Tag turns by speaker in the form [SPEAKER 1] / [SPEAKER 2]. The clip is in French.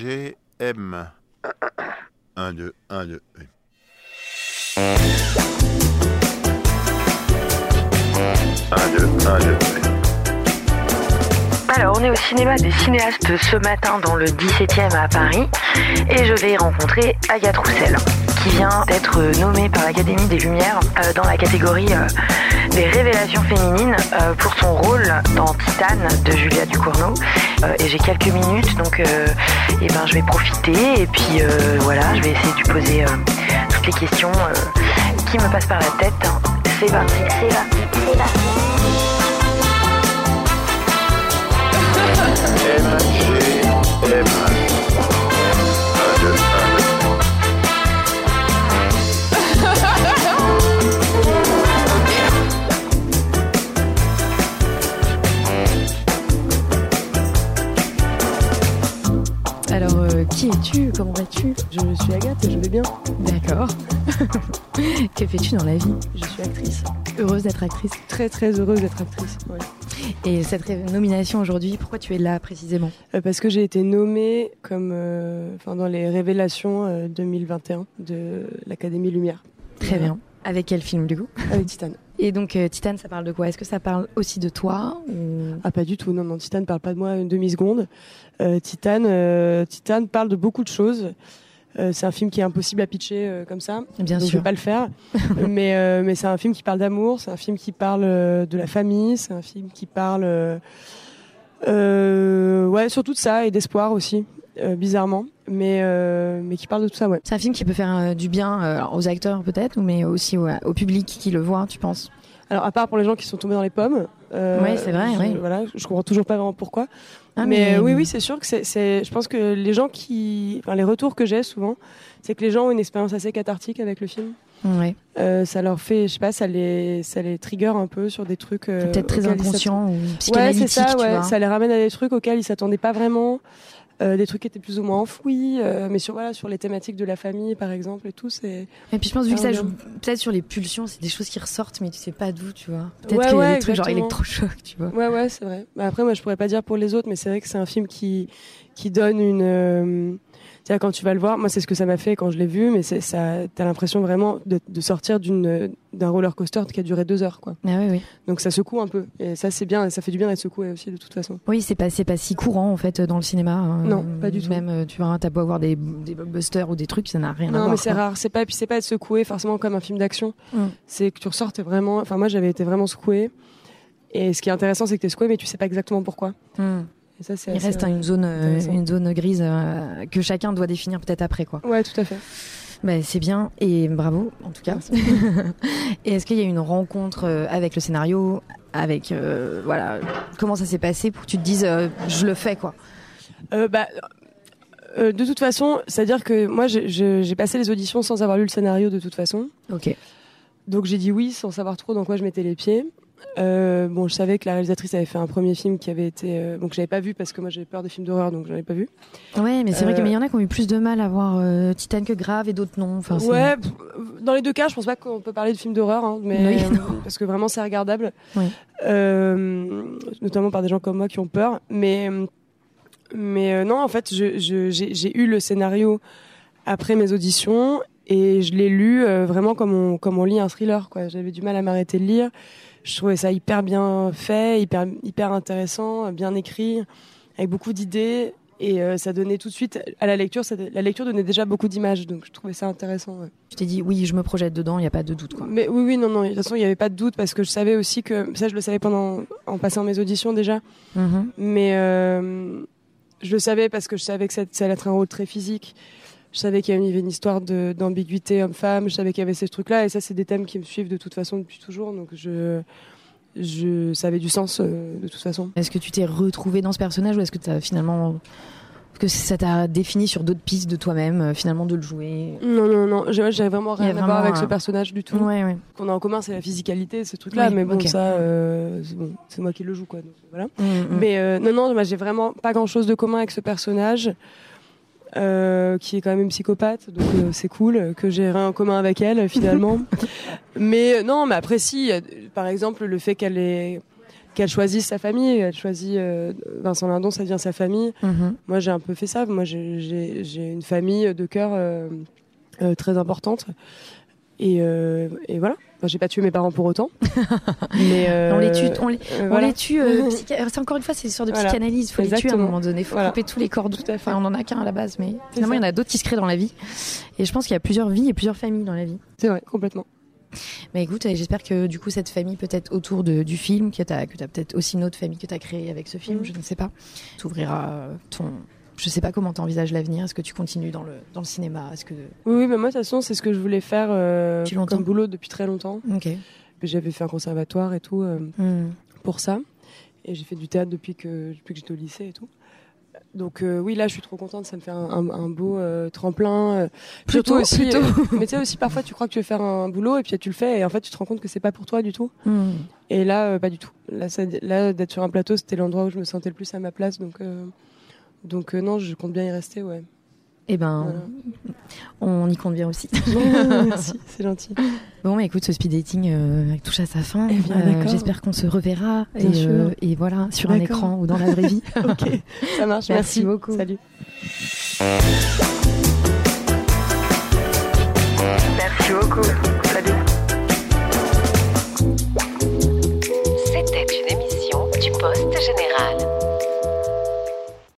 [SPEAKER 1] MGM. 1, 2, 1, 2.
[SPEAKER 2] Alors, on est au cinéma des cinéastes ce matin dans le 17e à Paris et je vais rencontrer Agathe Roussel qui vient d'être nommée par l'Académie des Lumières euh, dans la catégorie euh, des révélations féminines euh, pour son rôle dans Titane de Julia Ducournau. Euh, et j'ai quelques minutes donc euh, eh ben, je vais profiter et puis euh, voilà, je vais essayer de lui poser euh, toutes les questions euh, qui me passent par la tête. C'est parti, c'est parti, c'est parti.
[SPEAKER 1] MGM. 1, 2, 1, 2.
[SPEAKER 3] Alors, euh, qui es-tu Comment vas-tu
[SPEAKER 4] Je suis Agathe et je vais bien.
[SPEAKER 3] D'accord. que fais-tu dans la vie
[SPEAKER 4] Je suis actrice.
[SPEAKER 3] Heureuse d'être actrice.
[SPEAKER 4] Très très heureuse d'être actrice. ouais.
[SPEAKER 3] Et cette ré- nomination aujourd'hui, pourquoi tu es là précisément
[SPEAKER 4] Euh, parce que j'ai été nommée comme, euh, enfin, dans les révélations euh, 2021 de l'Académie Lumière.
[SPEAKER 3] Très bien. Avec quel film du coup
[SPEAKER 4] Avec Titane.
[SPEAKER 3] Et donc euh, Titane, ça parle de quoi Est-ce que ça parle aussi de toi ou-
[SPEAKER 4] Ah pas du tout, non, non, Titane parle pas de moi une demi-seconde. Euh, Titane, euh, Titane parle de beaucoup de choses. Euh, c'est un film qui est impossible à pitcher euh, comme ça.
[SPEAKER 3] Bien
[SPEAKER 4] donc je
[SPEAKER 3] sûr.
[SPEAKER 4] vais pas le faire. mais euh, mais c'est un film qui parle d'amour, c'est un film qui parle euh, de la famille, c'est un film qui parle euh, euh, ouais sur tout ça et d'espoir aussi, euh, bizarrement, mais euh, mais qui parle de tout ça ouais.
[SPEAKER 3] C'est un film qui peut faire euh, du bien euh, aux acteurs peut-être, mais aussi au, au public qui le voit, tu penses
[SPEAKER 4] Alors à part pour les gens qui sont tombés dans les pommes. Euh,
[SPEAKER 3] Ouais, c'est vrai,
[SPEAKER 4] je-
[SPEAKER 3] ouais.
[SPEAKER 4] Voilà, je comprends toujours pas vraiment pourquoi.
[SPEAKER 3] Ah,
[SPEAKER 4] mais euh, oui, oui, c'est sûr que c'est- c'est. Je pense que les gens qui, enfin les retours que j'ai souvent, c'est que les gens ont une expérience assez cathartique avec le film.
[SPEAKER 3] Ouais.
[SPEAKER 4] Euh, ça leur fait, je sais pas, ça les, ça les trigger un peu sur des trucs. euh,
[SPEAKER 3] C'est peut-être très
[SPEAKER 4] auxquels ils
[SPEAKER 3] inconscient ou
[SPEAKER 4] Ouais,
[SPEAKER 3] psychanalytique,
[SPEAKER 4] c'est ça,
[SPEAKER 3] tu
[SPEAKER 4] ouais.
[SPEAKER 3] vois.
[SPEAKER 4] Ça les ramène à des trucs auxquels ils s'attendaient pas vraiment, euh, des trucs qui étaient plus ou moins enfouis, euh, mais sur, voilà, sur les thématiques de la famille, par exemple, et tout, c'est.
[SPEAKER 3] Et puis je pense vu que ça
[SPEAKER 4] Ah,
[SPEAKER 3] joue
[SPEAKER 4] non.
[SPEAKER 3] peut-être sur les pulsions, c'est des choses qui ressortent, mais tu sais pas d'où, tu vois. Peut-être qu'il
[SPEAKER 4] Ouais,
[SPEAKER 3] y a
[SPEAKER 4] ouais,
[SPEAKER 3] des trucs genre
[SPEAKER 4] exactement.
[SPEAKER 3] électrochoc, tu vois.
[SPEAKER 4] Ouais, ouais, c'est vrai. Bah, après, moi, je pourrais pas dire pour les autres, mais c'est vrai que c'est un film qui, qui donne une. euh, c'est-à-dire, quand tu vas le voir, moi, c'est ce que ça m'a fait quand je l'ai vu, mais c'est, ça, t'as l'impression vraiment de, de sortir d'une, euh, d'un roller coaster qui a duré deux heures, quoi.
[SPEAKER 3] Ah oui, oui.
[SPEAKER 4] Donc, ça secoue un peu. Et ça, c'est bien, ça fait du bien d'être secoué aussi, de toute façon.
[SPEAKER 3] Oui, c'est pas, c'est pas si courant en fait dans le cinéma. hein.
[SPEAKER 4] Non, pas du tout.
[SPEAKER 3] Même, euh, tu vois, t'as beau avoir des, des blockbusters ou des trucs, ça n'a rien à voir.
[SPEAKER 4] Non, mais c'est
[SPEAKER 3] quoi.
[SPEAKER 4] rare. C'est pas, puis c'est pas être secoué forcément comme un film d'action.
[SPEAKER 3] Mm.
[SPEAKER 4] C'est que tu ressors, t'es vraiment. Enfin, moi, j'avais été vraiment secoué. Et ce qui est intéressant, c'est que t'es secoué, mais tu sais pas exactement pourquoi.
[SPEAKER 3] Mm.
[SPEAKER 4] Et ça, c'est
[SPEAKER 3] Il
[SPEAKER 4] assez-
[SPEAKER 3] reste hein, une zone, euh,
[SPEAKER 4] intéressant.
[SPEAKER 3] une zone grise euh, que chacun doit définir peut-être après, quoi.
[SPEAKER 4] Ouais, tout à fait.
[SPEAKER 3] Bah, c'est bien et bravo en tout cas. et est-ce qu'il y a eu une rencontre euh, avec le scénario, avec euh, voilà, comment ça s'est passé pour que tu te dises euh, je le fais quoi.
[SPEAKER 4] Euh, bah, euh, de toute façon, c'est-à-dire que moi, j'ai- je- j'ai passé les auditions sans avoir lu le scénario, de toute façon.
[SPEAKER 3] Ok.
[SPEAKER 4] Donc j'ai dit oui sans savoir trop dans quoi je mettais les pieds. Euh, bon, je savais que la réalisatrice avait fait un premier film qui avait été, euh, bon, que j'avais pas vu parce que moi j'avais peur des films d'horreur, donc j'en avais pas vu.
[SPEAKER 3] Ouais, mais c'est vrai
[SPEAKER 4] Euh,
[SPEAKER 3] qu'il y en a qui ont eu plus de mal à voir euh, Titan que Grave et d'autres non. Enfin, c'est-
[SPEAKER 4] ouais, pff, dans les deux cas, je pense pas qu'on peut parler de films d'horreur, hein, mais
[SPEAKER 3] Oui,
[SPEAKER 4] euh, parce que vraiment c'est regardable,
[SPEAKER 3] Oui.
[SPEAKER 4] Euh, notamment par des gens comme moi qui ont peur. Mais mais euh, non, en fait, je- je- j'ai j'ai eu le scénario après mes auditions et je l'ai lu euh, vraiment comme on comme on lit un thriller. quoi. J'avais du mal à m'arrêter de lire. Je trouvais ça hyper bien fait, hyper hyper intéressant, bien écrit, avec beaucoup d'idées. Et euh, ça donnait tout de suite à la lecture, ça- la lecture donnait déjà beaucoup d'images, donc je trouvais ça intéressant. ouais.
[SPEAKER 3] Tu t'es dit oui, je me projette dedans, il n'y a pas de doute quoi.
[SPEAKER 4] Mais oui, oui, non, non. De toute façon, il n'y avait pas de doute parce que je savais aussi que ça, je le savais pendant en passant mes auditions déjà.
[SPEAKER 3] Mhm.
[SPEAKER 4] Mais euh, je le savais parce que je savais que ça, ça allait être un rôle très physique. Je savais qu'il y avait une histoire de- d'ambiguïté homme-femme. Je savais qu'il y avait ces trucs-là. Et ça, c'est des thèmes qui me suivent de toute façon depuis toujours. Donc je je savais du sens euh, de toute façon.
[SPEAKER 3] Est-ce que tu t'es retrouvé dans ce personnage ou est-ce que t'as finalement que ça t'a défini sur d'autres pistes de toi-même euh, finalement de le jouer
[SPEAKER 4] Non, non, non. J'ai j'avais vraiment
[SPEAKER 3] Il y a
[SPEAKER 4] rien à voir
[SPEAKER 3] vraiment
[SPEAKER 4] avec
[SPEAKER 3] un-
[SPEAKER 4] ce personnage du tout.
[SPEAKER 3] Ouais, ouais.
[SPEAKER 4] Ce qu'on a en commun, c'est la physicalité, ce truc-là.
[SPEAKER 3] Oui,
[SPEAKER 4] mais bon,
[SPEAKER 3] ok.
[SPEAKER 4] ça, euh, c'est bon, c'est moi qui le joue, quoi. Donc, voilà.
[SPEAKER 3] Mhm.
[SPEAKER 4] Mais euh, non, non, moi j'ai vraiment pas grand chose de commun avec ce personnage euh, qui est quand même psychopathe, donc euh, c'est cool euh, que j'ai rien en commun avec elle euh, finalement. mais euh, non, mais après si, euh, par exemple le fait qu'elle est qu'elle choisisse sa famille. Elle choisit euh, Vincent Lindon, ça devient sa famille.
[SPEAKER 3] Mhm.
[SPEAKER 4] Moi, j'ai un peu fait ça. Moi, j'ai- j'ai j'ai une famille de cœur euh, euh, très importante. Et, euh, et voilà. Enfin, j'ai pas tué mes parents pour autant. mais euh,
[SPEAKER 3] On les tue, on les,
[SPEAKER 4] euh,
[SPEAKER 3] on
[SPEAKER 4] voilà.
[SPEAKER 3] les tue. euh, psycha- C'est encore une fois, c'est l'histoire de
[SPEAKER 4] Voilà.
[SPEAKER 3] psychanalyse. Faut les tuer à un
[SPEAKER 4] Exactement.
[SPEAKER 3] moment donné. Faut
[SPEAKER 4] Voilà.
[SPEAKER 3] couper tous les cordons.
[SPEAKER 4] Tout à fait.
[SPEAKER 3] Enfin, on en a qu'un à la base, mais
[SPEAKER 4] C'est
[SPEAKER 3] finalement, il
[SPEAKER 4] ça.
[SPEAKER 3] y en a d'autres qui se créent dans la vie. Et je pense qu'il y a plusieurs vies et plusieurs familles dans la vie.
[SPEAKER 4] C'est vrai, complètement.
[SPEAKER 3] Mais écoute, euh, j'espère que du coup, cette famille, peut-être autour de, du film, que tu as, peut-être aussi une autre famille que tu as créée avec ce film,
[SPEAKER 4] Mhm.
[SPEAKER 3] je ne sais pas, t'ouvrira euh, ton. Je sais pas comment tu envisages l'avenir. Est-ce que tu continues dans le, dans le cinéma Est-ce que.
[SPEAKER 4] Oui, oui, mais moi, de toute façon, c'est ce que je voulais faire euh,
[SPEAKER 3] Depuis longtemps.
[SPEAKER 4] comme boulot depuis très longtemps.
[SPEAKER 3] Ok.
[SPEAKER 4] J'avais fait un conservatoire et tout. euh,
[SPEAKER 3] Hmm.
[SPEAKER 4] pour ça. Et j'ai fait du théâtre depuis que, depuis que j'étais au lycée et tout. Donc euh, oui, là, je suis trop contente. Ça me fait un, un- un beau euh, tremplin. euh,
[SPEAKER 3] Plutôt,
[SPEAKER 4] surtout aussi,
[SPEAKER 3] plutôt.
[SPEAKER 4] euh, mais tu sais aussi, parfois, tu crois que tu veux faire un boulot et puis tu le fais et en fait, tu te rends compte que c'est pas pour toi du tout.
[SPEAKER 3] Hmm.
[SPEAKER 4] Et là, euh, pas du tout. Là, ça- là d'être sur un plateau, c'était l'endroit où je me sentais le plus à ma place. Donc, euh, donc euh, non, je compte bien y rester, ouais.
[SPEAKER 3] Eh ben,
[SPEAKER 4] Voilà.
[SPEAKER 3] on y compte bien aussi.
[SPEAKER 4] Merci, c'est gentil.
[SPEAKER 3] Bon, bah, écoute, ce speed dating euh, touche à sa fin.
[SPEAKER 4] Eh bien,
[SPEAKER 3] Euh,
[SPEAKER 4] d'accord.
[SPEAKER 3] J'espère qu'on se reverra.
[SPEAKER 4] Bien
[SPEAKER 3] et, euh,
[SPEAKER 4] sûr.
[SPEAKER 3] et voilà, sur un
[SPEAKER 4] D'accord.
[SPEAKER 3] écran ou dans la vraie vie.
[SPEAKER 4] ok, ça marche.
[SPEAKER 3] Merci
[SPEAKER 4] Merci,
[SPEAKER 3] beaucoup.
[SPEAKER 4] Salut.
[SPEAKER 2] Merci beaucoup.